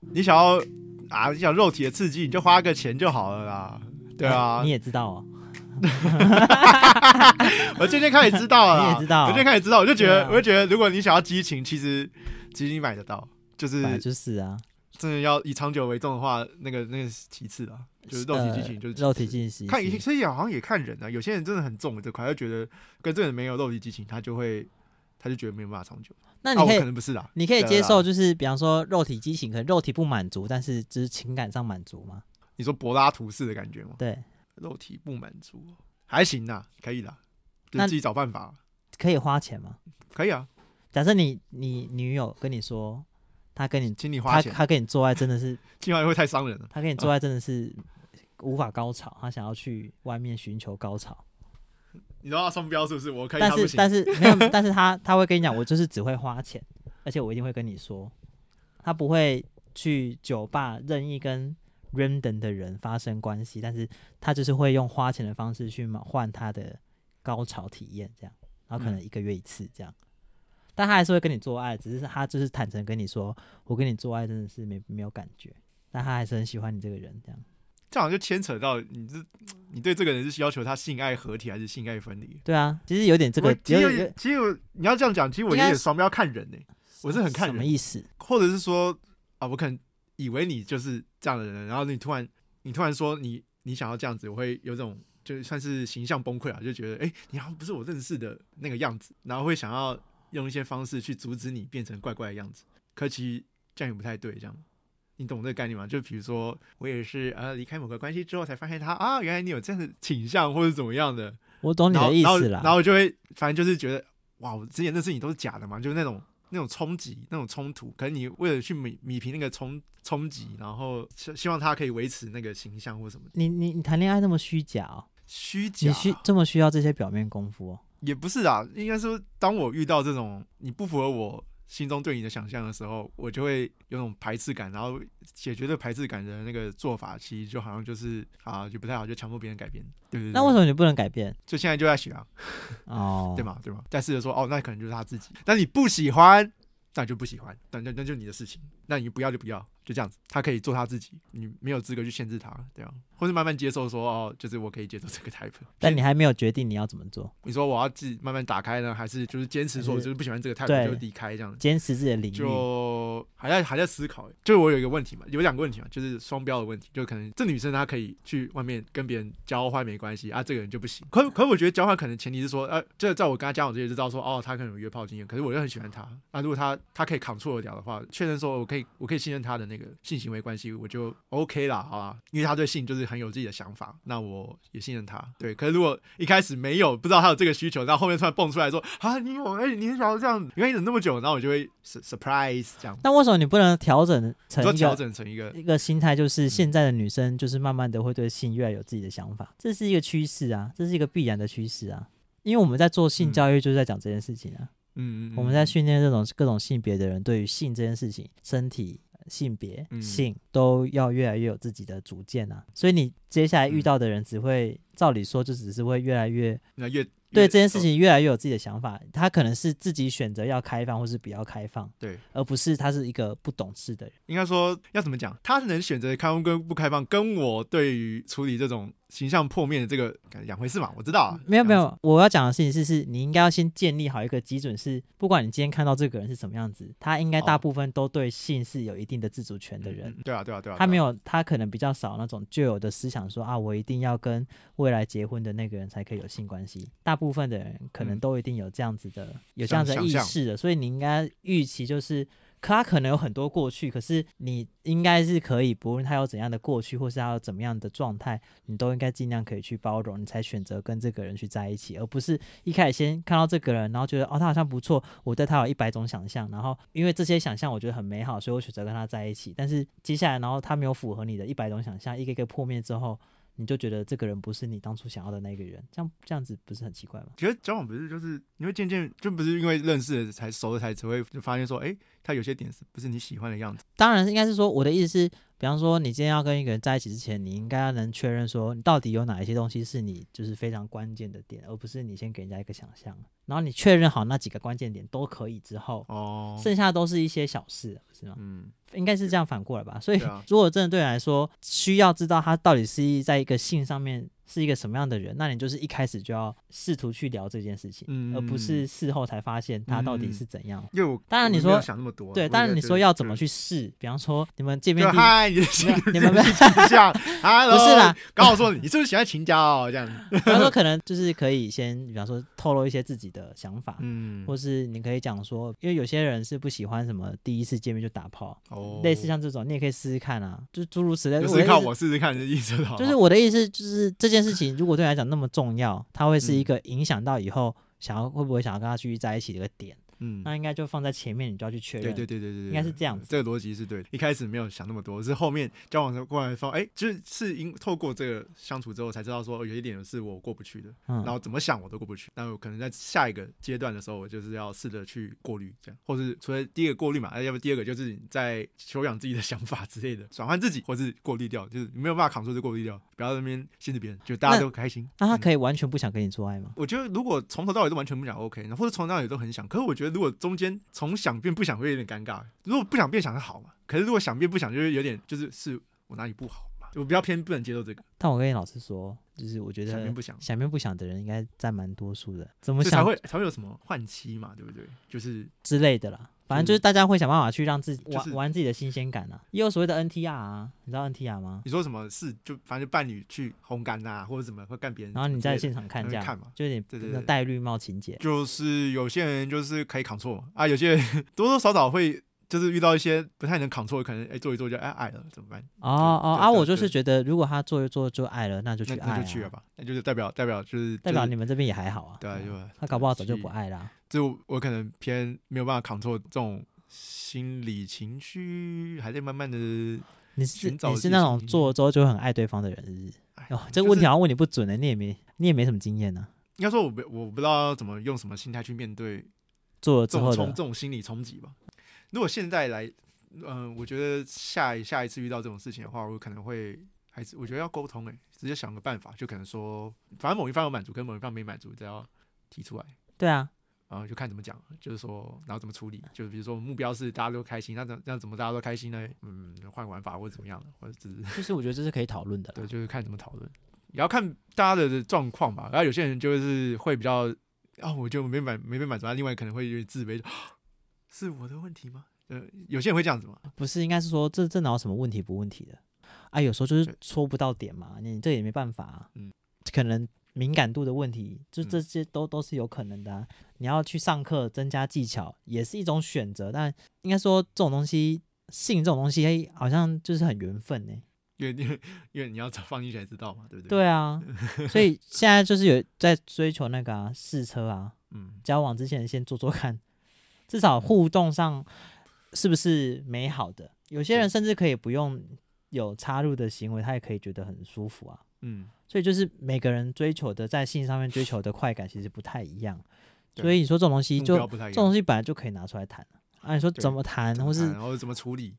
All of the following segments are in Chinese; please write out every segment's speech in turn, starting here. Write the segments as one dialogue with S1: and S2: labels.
S1: 你想要啊，你想肉体的刺激，你就花个钱就好了啦。对啊
S2: 你，也知道哦，
S1: 我渐渐开始知道了啦，
S2: 你也知道
S1: 我渐渐开始知道，我就觉得，
S2: 对啊
S1: 我就觉得，如果你想要激情，其实其实你买得到，就是
S2: 本来就是啊，
S1: 真的要以长久为重的话，那个那个是其次啊，就是肉体
S2: 呃
S1: 激情就是其次、
S2: 肉体进行，
S1: 看，所以好像也看人啊，有些人真的很重这块，他就觉得跟这个人没有肉体激情，他就会他就觉得没有办法长久。
S2: 那
S1: 那
S2: 你可
S1: 我
S2: 以
S1: 可能不是啦，
S2: 你可以
S1: 对啊
S2: 接
S1: 啦
S2: 受，就是比方说肉体激情，可能肉体不满足，但是只是情感上满足吗？
S1: 你说柏拉图式的感觉吗？
S2: 对，
S1: 肉体不满足，还行啦，可以啦，就
S2: 那
S1: 自己找办法，
S2: 可以花钱吗？
S1: 可以啊，
S2: 假设你你女友跟你说，她跟你
S1: 请你花
S2: 她
S1: 钱，嗯
S2: 她跟你做爱真的是，
S1: 今晚会太伤人了。
S2: 她跟你做爱真的是无法高潮，她想要去外面寻求高潮，
S1: 你知道他双标是不是？我可以，
S2: 但
S1: 他不
S2: 是
S1: 行。
S2: 但 是没有，但是她她会跟你讲，我就是只会花钱，而且我一定会跟你说，她不会去酒吧任意跟。random 的人发生关系，但是她就是会用花钱的方式去买换她的高潮体验，这样，然
S1: 嗯
S2: 后可能一个月一次这样，但她还是会跟你做爱，只是她就是坦诚跟你说，我跟你做爱真的是没没有感觉，但她还是很喜欢你这个人这样。
S1: 这好像就牵扯到你这，你对这个人是要求他性爱合体还是性爱分离？
S2: 对啊，其实有点这个
S1: 我，其实
S2: 有
S1: 有
S2: 点
S1: 点其实我你要这样讲，其实我有
S2: 应
S1: 点
S2: 该是
S1: 双标看人呢、我是很看
S2: 什么
S1: 人
S2: 意思？
S1: 或者是说啊，我可能以为你就是这样的人，然后你突然你突然说你你想要这样子，我会有种就算是形象崩溃啊，就觉得哎、诶你好像不是我认识的那个样子，然后会想要用一些方式去阻止你变成怪怪的样子，可其实这样也不太对，这样。你懂这个概念吗？就比如说，我也是呃离开某个关系之后才发现他啊，原来你有这样的倾向或者怎么样的，
S2: 我懂你
S1: 然后
S2: 的意
S1: 然后
S2: 思啦。
S1: 然后我就会，反正就是觉得，哇，我之前认识你都是假的嘛，就是那种那种冲击、那种冲突。可能你为了去米米平那个冲冲击，然后希希望他可以维持那个形象或什么的
S2: 你你你谈恋爱那么虚假、哦，
S1: 虚假
S2: 你，需这么需要这些表面功夫哦？
S1: 也不是啊。应该说，当我遇到这种你不符合我心中对你的想象的时候，我就会有种排斥感，然后解决这排斥感的那个做法，其实就好像就是啊，就不太好，就强迫别人改变，对对对。
S2: 那为什
S1: 么
S2: 么你不能改变？
S1: 就现在就在学啊？
S2: 哦，
S1: 对？吗？对吗？再试着说，哦，那可能就是他自己。但你不喜欢，那你就不喜欢，那那那就是你的事情。那你不要就不要，就这样子。他可以做他自己，你没有资格去限制他，对啊。或是慢慢接受说，哦，就是我可以接受这个 type。
S2: 但你还没有决定你要怎么做，
S1: 你说我要自己慢慢打开呢，还是就是坚持说，我就是不喜欢这个 type
S2: 对
S1: 就离开这样子？
S2: 坚持自己的领域。
S1: 就还在还在思考，就是我有一个问题嘛，有两个问题嘛，就是双标的问题，就可能这女生她可以去外面跟别人交换没关系啊，这个人就不行。可可我觉得交换可能前提是说，呃，这在我跟她交往之前就知道说，哦，她可能有约炮经验，可是我又很喜欢她，那、如果她她可以扛错得了的话，确认说我可以我可以信任她的那个性行为关系，我就 OK 啦，好啦，因为她对性就是很有自己的想法，那我也信任她。对，可是如果一开始没有不知道她有这个需求，然后后面突然蹦出来说啊，你我哎、你很想要这样，原来你等那么久，然后我就会 sur- surprise 这样。
S2: 那为什么你不能调整成
S1: 你说
S2: 一
S1: 调
S2: 个
S1: 整嗯成一个，
S2: 一个心态，就是现在的女生就是慢慢的会对性越来有自己的想法，这是一个趋势啊，这是一个必然的趋势啊。因为我们在做性
S1: 嗯
S2: 教育，就是在讲这件事情啊。
S1: 嗯，嗯
S2: 我们在，训练这种各种性别的人，对于性这件事情，身体、性别、
S1: 嗯
S2: 性都要越来越有自己的主见啊。所以你接下来遇
S1: 嗯
S2: 到的人，只会、照理说就只是会越来越
S1: 那越
S2: 对
S1: 越哦
S2: 这件事情越来越有自己的想法。他可能是自己选择要开放或是不要开放，
S1: 对，
S2: 而不是他是一个不懂事的人。
S1: 应该说要怎么讲，他能选择开放跟不开放，跟我对于处理这种形象破灭的这个感觉两回事嘛，我知道啊，
S2: 没有
S1: 这
S2: 没
S1: 样
S2: 有，我要讲的事情是，是你应该要先建立好一个基准是，不管你今天看到这个人是什么样子，他应该大
S1: 哦
S2: 部分都对性是有一定的自主权
S1: 子
S2: 的人。
S1: 嗯嗯对啊对啊对啊，
S2: 他没
S1: 有，
S2: 有，他可能比较少那种旧有的思想说，啊，我一定要跟未来结婚的那个人才可以有性关系。大部分的人可能
S1: 嗯
S2: 都一定有这样子的、有这
S1: 想
S2: 样子的
S1: 想
S2: 意
S1: 象
S2: 识的，所以你应该预期就是，可他可能有很多过去，可是你应该是可以，不论他有怎样的过去，或是他有怎么样的状态，你都应该尽量可以去包容，你才选择跟这个人去在一起，而不是一开始先看到这个人，然后觉得哦，他好像不错，我对他有一百种想象，然后因为这些想象我觉得很美好，所以我选择跟他在一起。但是接下来，然后他没有符合你的一百种想象，一个一个破灭之后，你就觉得这个人不是你当初想要的那个人，这样这样子不是很奇怪吗？
S1: 觉得交往不是就是你会渐渐就不是因为认识了才熟了才只会就发现说，哎，他有些点是不是你喜欢的样子？
S2: 当然是应该是说，我的意思是，比方说你今天要跟一个人在一起之前，你应该要能确认说，你到底有哪一些东西是你就是非常关键的点，而不是你先给人家一个想象，然后你确认好那几个关键点都可以之后，
S1: 哦，
S2: 剩下都是啊一些小事，是吗？
S1: 嗯，
S2: 应该是这样反过来吧。所以
S1: 对啊，
S2: 如果真的对你来说需要知道他到底是在一个性上面是一个什么样的人，那你就是一开始就要试图去聊这件事情，
S1: 嗯
S2: 而不是事后才发现他到底
S1: 嗯
S2: 是怎样。
S1: 因为我
S2: 当然你
S1: 我没有
S2: 说
S1: 想那么多，啊
S2: 对，
S1: 我觉
S2: 当然
S1: 得
S2: 你
S1: 这
S2: 说要怎么
S1: 对
S2: 去试，比方说你们见面
S1: 就
S2: 第一
S1: 嗨，啊你的心理
S2: 你们没有
S1: 倾向啊，Hello，
S2: 不是啦，
S1: 刚好说你是不是喜欢情交哦这样子？
S2: 比方说可能就是可以先，比方说透露一些自己的想法，
S1: 嗯，
S2: 或是你可以讲说，因为有些人是不喜欢什么第一次见面就打炮，
S1: 哦
S2: 类似像这种，你也可以试试看啊，就是诸如此类。
S1: 就
S2: 的
S1: 是
S2: 意
S1: 看
S2: 思
S1: 我试试看你的意思了，
S2: 就是我的意思，就是这件事情如果对你来讲那么重要，它会是一
S1: 嗯
S2: 个影响到以后想要会不会想要跟他继续在一起的一个点，
S1: 嗯，
S2: 那应该就放在前面，你就要去确认。
S1: 对对对对对，
S2: 哎应该是这样子
S1: 这个逻辑是对的。一开始没有想那么多，是后面交往的过来方，哎、就是是因透过这个相处之后才知道说哦有一点是我过不去的，
S2: 嗯
S1: 然后怎么想我都过不去。那我可能在下一个阶段的时候，我就是要试着去过滤这样，或是除了第一个过滤嘛，哎要不第二个就是你在修养自己的想法之类的，转换自己，或是过滤掉，就是你没有办法扛住就过滤掉，不要在那边限制别人，就大家
S2: 那
S1: 都开心。
S2: 那他
S1: 嗯
S2: 可以完全不想跟你做爱吗？
S1: 我觉得如果从头到尾都完全不想 OK，或者从头到尾都很想，可是我觉得如果中间从想变不想会有点尴尬。如果不想变想是好嘛，可是如果想变不想就是有点就是是我哪里不好嘛，我比较偏不能接受这个，
S2: 但我跟你老实说，就是我觉得
S1: 想变不想
S2: 想变不想的人应该占蛮多数的，怎么
S1: 这才
S2: 想
S1: 会才会有什么换妻嘛，对不对？就是
S2: 之类的啦。反正就是
S1: 是
S2: 大家会想办法去让自己
S1: 嗯就
S2: 玩、
S1: 是
S2: 玩自己的新鲜感啊，也有所谓的 NTR 啊，你知道 NTR 吗？
S1: 你说什么事就反正就伴侣去烘干呐、或者怎么会干别人，
S2: 然后你在
S1: 现
S2: 现场看
S1: 那
S2: 这
S1: 边
S2: 样，
S1: 看嘛
S2: 就有点
S1: 对对
S2: 那
S1: 对
S2: 戴绿帽情节。
S1: 就是有些人就是可以 control 嘛啊，有些人 多多少少会。就是遇到一些不太能 control，的可能哎、做一做就哎矮了怎么办？
S2: 哦哦
S1: 对
S2: 啊！
S1: 对
S2: 我就是
S1: 对
S2: 觉得，如果他做一做就爱了，那就
S1: 那
S2: 去爱、啊，
S1: 那就去了吧，那就是代表代表就是
S2: 代表
S1: 就是
S2: 你们这边也还好啊。
S1: 对啊就
S2: 嗯他搞不好早就不
S1: 所以
S2: 爱啦、
S1: 这我我可能偏没有办法 control 这种心理情绪，还在慢慢的，
S2: 你是
S1: 寻找
S2: 你
S1: 自
S2: 是
S1: 己
S2: 那
S1: 心
S2: 种
S1: 情
S2: 做了之后就会很爱对方的人，是不是？
S1: 哎
S2: 哦，这
S1: 就
S2: 个问
S1: 是
S2: 题好像问你不准的、欸你也没你也没什么经验呢、
S1: 应该说我不我不知道要怎么用什么心态去面对
S2: 做了之
S1: 这种
S2: 后
S1: 冲这
S2: 的
S1: 种心理冲击吧。如果现在来，嗯、我觉得下一下一次遇到这种事情的话，我可能会还是我觉得要沟通诶、直接想个办法，就可能说，反正某一方有满足，跟某一方没满足，只要提出来。
S2: 对啊，
S1: 然后就看怎么讲，就是说，然后怎么处理，就是比如说目标是大家都开心，那怎那怎么大家都开心呢？嗯，换玩法或者怎么样的，或者只是
S2: 就是我觉得这是可以讨论的
S1: 对，
S2: 啦。
S1: 就是看怎么讨论，也要看大家的状况吧。然后有些人就是会比较，啊，我就没满没被满足，啊另外可能会有点自卑，就 是我的问题吗？呃，有些人会这样子嘛，
S2: 不是，应该是说这这哪有什么问题不问题的啊？有时候就是
S1: 对
S2: 戳不到点嘛，你这也没办法、啊。
S1: 嗯，
S2: 可能敏感度的问题，就
S1: 嗯
S2: 这些都都是有可能的啊、你要去上课增加技巧，也是一种选择，但应该说这种东西，性这种东西好像就是很缘分呢、
S1: 因为因为 因为你要放进去才知道嘛，对不对？，
S2: 对啊，所以现在就是有在追求那个啊试车啊，
S1: 嗯，
S2: 交往之前先做做看， 至少互动上是不是美好的？有些人
S1: 对
S2: 甚至可以不用有插入的行为，他也可以觉得很舒服啊。
S1: 嗯，
S2: 所以就是每个人追求的在性上面追求的快感其实不太一样，
S1: 对
S2: 所以你说这种东西
S1: 目
S2: 就
S1: 标
S2: 这
S1: 不太一
S2: 种
S1: 样
S2: 东。西本来就可以拿出来谈啊。你说
S1: 对
S2: 怎么谈，
S1: 怎么
S2: 或是
S1: 谈然后怎么处理？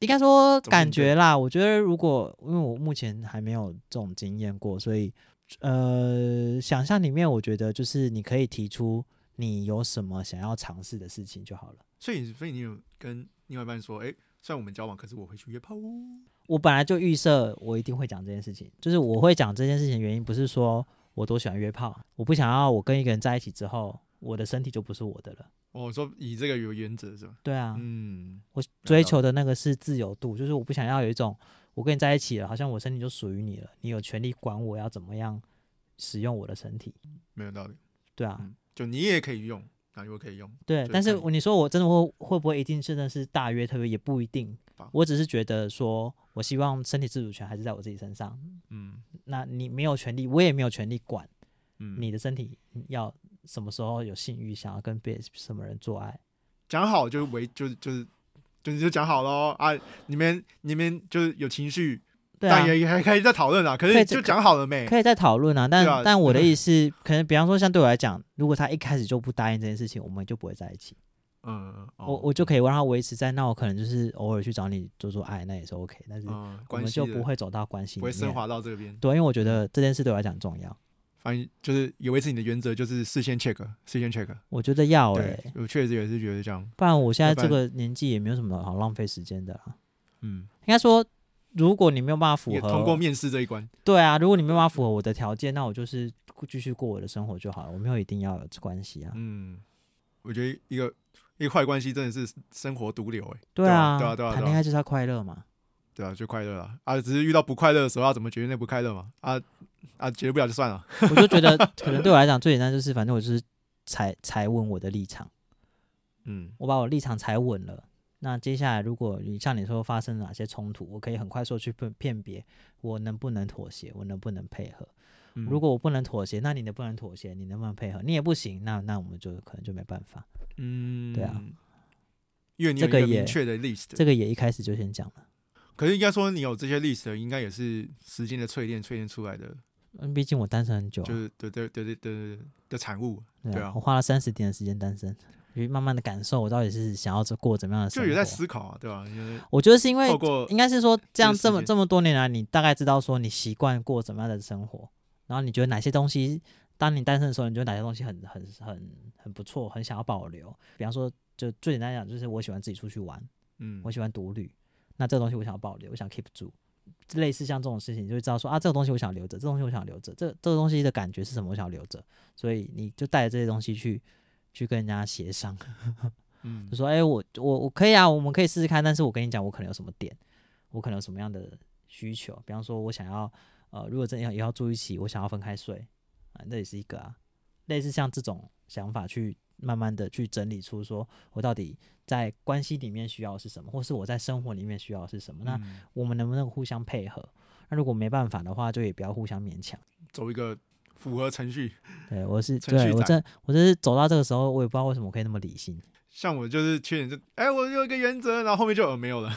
S2: 应该说呃
S1: 怎么
S2: 感
S1: 应对
S2: 觉啦，我觉得如果因为我目前还没有这种经验过，所以呃，想象里面我觉得就是你可以提出你有什么想要尝试的事情就好了。
S1: 所以所以你有跟另外一半说，哎、虽然我们交往，可是我会去约炮哦。
S2: 我本来就预设我一定会讲这件事情，就是我会讲这件事情的原因不是说我多喜欢约炮，我不想要我跟一个人在一起之后，我的身体就不是我的了。
S1: 我哦说以这个有原则是吧？
S2: 对啊，
S1: 嗯，
S2: 我
S1: 道
S2: 追
S1: 理
S2: 求的那个是自由度，就是我不想要有一种我跟你在一起了，好像我身体就属于你了，你有权利管我要怎么样使用我的身体，
S1: 没有道理。
S2: 对啊，
S1: 嗯，就你也可以用，然后我可以用。
S2: 对。
S1: 就
S2: 但是
S1: 看
S2: 我你说我真的会会不会一定真的是大约特别也不一定
S1: 吧，
S2: 我只是觉得说我希望身体自主权还是在我自己身上，
S1: 嗯
S2: 那你没有权利，我也没有权利管
S1: 嗯，
S2: 你的身体要什么时候有性欲，想要跟别什么人做爱，
S1: 讲好就是为就是就是。就是就讲好喽啊！你们你们就是有情绪，
S2: 对啊
S1: 但。也也还可以再讨论啊。可
S2: 可以
S1: 是就讲好了没？
S2: 可以再讨论啊，但、
S1: 对啊
S2: 但我的意思，可能比方说，像对我来讲，如果他一开始就不答应这件事情，我们就不会在一起。
S1: 嗯，哦
S2: 我我就可以让他维持在，那我可能就是偶尔去找你做做爱，那也是 OK，但是
S1: 嗯，
S2: 我
S1: 关
S2: 们
S1: 系
S2: 就
S1: 的
S2: 不会走到关系
S1: 不
S2: 里
S1: 会
S2: 面。
S1: 升华到这边。
S2: 对，因为我觉得这件事对我来讲很重要，
S1: 反正就是也维持你的原则，就是事先 check，事先 check。
S2: 我觉得要哎、
S1: 对，我确实也是觉得这样。
S2: 不然我现在
S1: 要不
S2: 这
S1: 然
S2: 个年纪也没有什么好浪费时间的啦。
S1: 嗯，
S2: 应该说，如果你没有办法符
S1: 也
S2: 合，
S1: 通过面试这一关。
S2: 对啊，如果你没有办法符合我的条件，那我就是继续过我的生活就好了，我没有一定要有关系啊。
S1: 嗯，我觉得一个一个坏关系真的是生活毒瘤哎、
S2: 对
S1: 对啊对啊对啊
S2: 谈恋爱就是要快乐嘛。
S1: 对啊，就快乐啊啊，只是遇到不快乐的时候啊要怎么解决那不快乐嘛啊啊，解决不了就算了。
S2: 我就觉得，可能对我来讲最简单就是，反正我就是踩踩稳我的立场，
S1: 嗯
S2: 我把我立场踩稳了。那接下来，如果你像你说发生了哪些冲突，我可以很快速去辨辨别我能不能妥协，我能不能配合。
S1: 嗯
S2: 如果我不能妥协，那你能不能妥协？你能不能配合？你也不行，那那我们就可能就没办法。
S1: 嗯
S2: 对啊，
S1: 因为你
S2: 这
S1: 有一
S2: 个
S1: 个
S2: 也
S1: 明确的 list，
S2: 这个也一开始就先讲了，
S1: 可是应该说你有这些 list，应该也是时间的淬炼淬炼出来的，
S2: 嗯，毕竟我单身很久啊、
S1: 就是对对对对对对的产物。对
S2: 对
S1: 啊
S2: 我花了三十天的时间单身，去慢慢的感受我到底是想要过怎么样的
S1: 就
S2: 生活。
S1: 有在思考啊，对吧、就是
S2: 我觉得是因为
S1: 透过
S2: 应该是说，这样
S1: 这个
S2: 这
S1: 时
S2: 么
S1: 间
S2: 这么多年来，你大概知道说你习惯过怎么样的生活，然后你觉得哪些东西，当你单身的时候，你觉得哪些东西很很很很不错，很想要保留。比方说，就最简单讲，就是我喜欢自己出去玩，
S1: 嗯，
S2: 我喜欢独旅，那这个东西我想要保留，我想 keep 住。类似像这种事情，你就会知道说啊，这个东西我想留着，这个东西我想留着，这这个东西的感觉是什么，我想留着。所以你就带着这些东西去去跟人家协商，
S1: 嗯
S2: 就说：“哎、我我我可以啊，我们可以试试看。但是我跟你讲，我可能有什么点，我可能有什么样的需求。比方说，我想要呃，如果真的要也要住一起，我想要分开睡啊，那也是一个啊。类似像这种想法去慢慢的去整理出，说我到底在关系里面需要的是什么，或是我在生活里面需要的是什么。那
S1: 嗯
S2: 我们能不能互相配合？那如果没办法的话，就也不要互相勉强。
S1: 走一个符合程序。
S2: 对我是
S1: 程序
S2: 对我
S1: 党
S2: 真我真是走到这个时候，我也不知道为什么我可以那么理性，
S1: 像我就是缺点就，哎，我有一个原则，然后后面就呃没有了，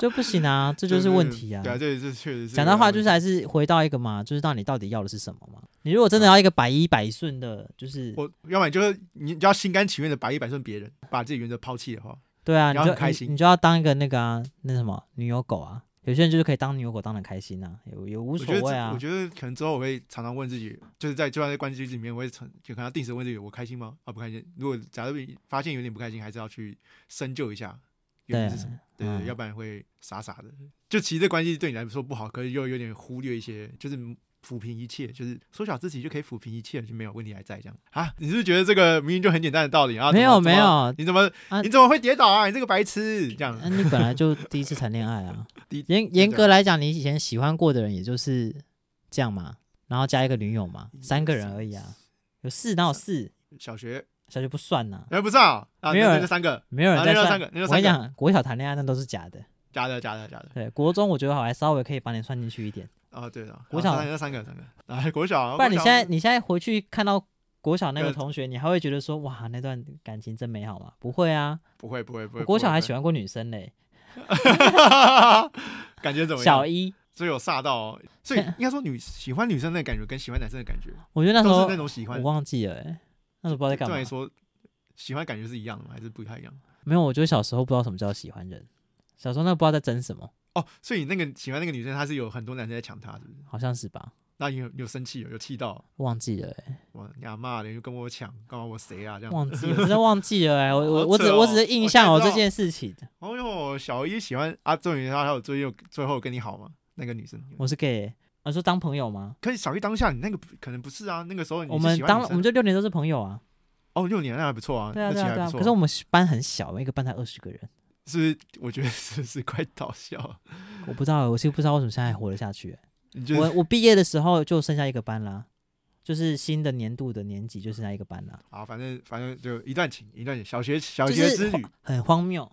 S2: 就不行啊， 这就是问题啊。
S1: 对啊，这这确实是
S2: 讲到话就是
S1: 个
S2: 还是回到一个嘛，就是到你到底要的是什么嘛。你如果真的要一个百依百顺的，就是
S1: 我，要不然就是你就要心甘情愿的百依百顺别人，把自己原则抛弃的话，
S2: 对啊，
S1: 你
S2: 你
S1: 要
S2: 就
S1: 很开
S2: 你
S1: 心
S2: 你就要当一个那个啊，那什么女友狗啊。有些人就是可以当女友狗当的开心啊，也也无
S1: 我
S2: 所
S1: 觉得
S2: 谓
S1: 这
S2: 啊
S1: 我。觉得可能之后我会常常问自己，就是在就算在关系里面，我会常就可能要定时问自己，我开心吗？啊，不开心。如果假如你发现有点不开心，还是要去深究一下原
S2: 对
S1: 因是什么。对对，
S2: 嗯
S1: 要不然会傻傻的。就其实这关系对你来说不好，可是又有点忽略一些，就是抚平一切，就是缩小自己就可以抚平一切，就没有问题还在这样啊？你是不是觉得这个明明就很简单的道理啊？
S2: 没有
S1: 怎么
S2: 没，
S1: 怎
S2: 有，
S1: 么你怎么
S2: 啊
S1: 你怎么会跌倒啊？你这个白痴！这样
S2: 那你本来就第一次谈恋爱啊
S1: 第。
S2: 严严格来讲，你以前喜欢过的人也就是这样嘛，然后加一个女友
S1: 嗯
S2: 嘛，三个人而已啊。有四哪有四？
S1: 小学
S2: 小学不算呐、
S1: 哎不是啊，啊
S2: 没有
S1: 那那
S2: 人
S1: 就三个
S2: 没有人
S1: 啊
S2: 在
S1: 那就
S2: 算。
S1: 三个那就
S2: 我跟你
S1: 三
S2: 讲，国小谈恋爱那都是假的。
S1: 假的假的假的
S2: 对，国中我觉得好还稍微可以把你算进去一点，
S1: 啊！对的，
S2: 国
S1: 啊
S2: 小
S1: 三个三个三 个，哎国小啊，
S2: 不然你
S1: 国
S2: 现
S1: 小
S2: 在你现在回去看到国小那个
S1: 对
S2: 同学，你还会觉得说哇那段感情真美好吗？不会啊，
S1: 不会不会不
S2: 我
S1: 会，
S2: 国小还喜
S1: 欢，
S2: 欢过女生嘞，
S1: 感觉怎么
S2: 小
S1: 样？
S2: 一，
S1: 所以有煞到哦，所以应该说女喜欢女生的感觉跟喜欢男生的感觉
S2: 我觉得那时
S1: 都
S2: 候
S1: 是那种喜欢
S2: 我忘记了欸，那时候不知道在干
S1: 对
S2: 嘛
S1: 你。说，喜欢感觉是一样的吗？还是不太一样？
S2: 没有，我觉得小时候不知道什么叫喜欢人，小时候那不知道在争什么，
S1: 哦，所以那个喜欢那个女生，她是有很多男生在抢她，是不是？
S2: 好像是吧，
S1: 那你有你有生气，有有气到，
S2: 忘记了欸，
S1: 哇，你阿骂的又跟我抢，干嘛我谁啊？这样，
S2: 忘记了，真的忘 记了欸，我我
S1: 好
S2: 我只
S1: 扯哦
S2: 我只是印象
S1: 我
S2: 有
S1: 现在知道
S2: 这件事情，
S1: 哦哟，小一喜欢啊，终于她还有最后最后跟你好吗？那个女生，
S2: 我是 gay，欸我说当朋友吗？
S1: 可是小一当下你那个不可能不是啊，那个时候你
S2: 我
S1: 是
S2: 们
S1: 喜欢
S2: 当
S1: 女
S2: 我
S1: 生
S2: 们就六年都是朋友啊，
S1: 哦六年那还不错啊，
S2: 对啊
S1: 那其
S2: 对
S1: 实
S2: 啊
S1: 还
S2: 对啊，
S1: 不错。
S2: 可是我们班很小，一个班才二十个人。
S1: 是不是我觉得是不是快倒笑了，
S2: 我不知道欸，我是不知道为什么现在还活得下去欸、
S1: 你就是
S2: 我我毕业的时候就剩下一个班啦，就是新的年度的年级就剩下一个班啦，
S1: 啊，反正反正就一段情，一段情，小学小
S2: 就
S1: 学
S2: 是
S1: 之旅
S2: 荒，很荒谬，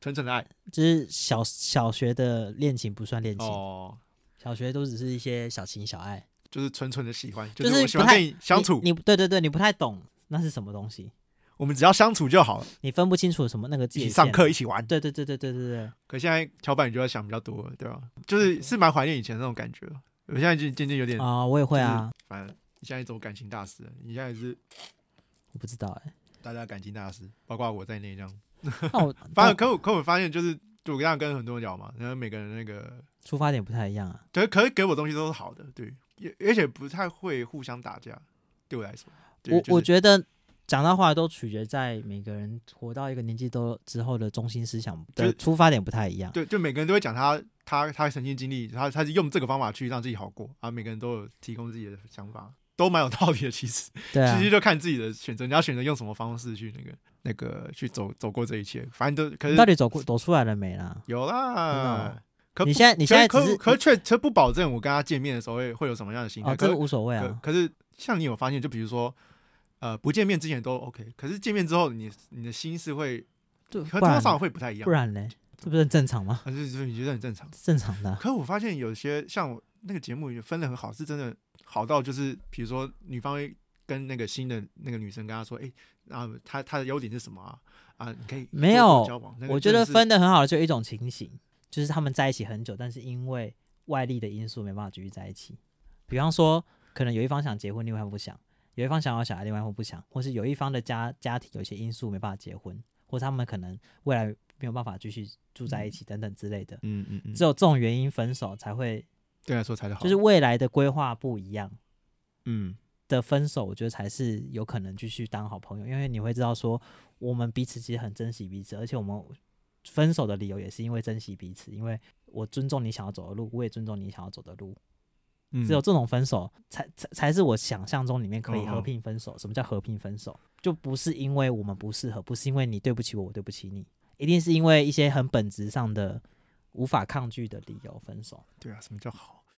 S1: 纯纯的爱
S2: 就是小小学的恋情不算恋情，
S1: 哦，
S2: 小学都只是一些小情小爱，
S1: 就是纯纯的喜欢，
S2: 就是是
S1: 我喜
S2: 不
S1: 欢
S2: 太
S1: 跟你相处，
S2: 你你对对对，你不太懂那是什么东西，
S1: 我们只要相处就好了，
S2: 你分不清楚什么那个
S1: 一
S2: 界
S1: 起
S2: 限。
S1: 上课，一起玩。
S2: 对对对对对对对，
S1: 可现在跳板你就要想比较多了，对吧？就是是蛮怀念以前那种感觉了。我现在就渐渐有点，
S2: 啊、我也会啊，
S1: 反正你现在走感情大师了，你现在也是
S2: 我不知道哎、
S1: 大家感情大师，包括我在内这样。
S2: 那我
S1: 反
S2: 那
S1: 正可我可我发现就是，就我这样跟很多人聊嘛，然后每个人那个
S2: 出发点不太一样啊。
S1: 可是可是给我东西都是好的，对，也而且不太会互相打架，对我来说，对
S2: 我
S1: 就是
S2: 我觉得讲到话都取决在每个人活到一个年纪都之后的中心思想
S1: 就
S2: 的
S1: 是
S2: 出发点不太一样。
S1: 对，就每个人都会讲他他他曾经经历，他他是用这个方法去让自己好过啊，每个人都有提供自己的想法，都蛮有道理的。其实，
S2: 对啊
S1: 其，实就看自己的选择，你要选择用什么方式去那个那个去走走过这一切，反正都可
S2: 你
S1: 是
S2: 到底走过走出来了没啦？
S1: 有
S2: 真的
S1: 啦
S2: 哦。
S1: 可
S2: 你
S1: 不
S2: 现在你现在
S1: 可
S2: 只
S1: 可
S2: 是
S1: 可却却不保证我跟他见面的时候会会有什么样的心态。
S2: 哦，
S1: 可
S2: 这个无所谓
S1: 可
S2: 啊。
S1: 可是像你有发现，就比如说，呃，不见面之前都 OK，可是见面之后你，你的心是会
S2: 对，
S1: 和
S2: 不
S1: 多
S2: 然
S1: 少会不太一样
S2: 不，然嘞，这不是很正常吗？
S1: 还是就是你觉得很正常。
S2: 正常的啊、
S1: 可我发现有些像我那个节目也分的很好，是真的好到就是，比如说女方会跟那个新的那个女生跟她说，哎、啊，她她的优点是什么啊？啊，你可以多
S2: 没
S1: 多
S2: 有
S1: 交往，那个
S2: 我觉
S1: 真
S2: 得
S1: 的是
S2: 分的很好的就有一种情形，就是他们在一起很久，但是因为外力的因素没办法继续在一起。比方说，可能有一方想结婚，另外一方不想；有一方想要小孩，另外一方不想；或是有一方的家家庭有一些因素没办法结婚，或是他们可能未来没有办法继续住在一起等等之类的。
S1: 嗯嗯嗯，
S2: 只有这种原因分手才会，
S1: 对来说才是好，
S2: 就是未来的规划不一样。
S1: 嗯
S2: 的分手，我觉得才是有可能继续当好朋友，因为你会知道说，我们彼此其实很珍惜彼此，而且我们分手的理由也是因为珍惜彼此，因为我尊重你想要走的路，我也尊重你想要走的路。
S1: 嗯，
S2: 只有这种分手，才才才是我想象中里面可以
S1: 嗯嗯
S2: 和平分手。什么叫和平分手？就不是因为我们不适合，不是因为你对不起我，我对不起你，一定是因为一些很本质上的无法抗拒的理由分手。
S1: 对啊，什么叫好？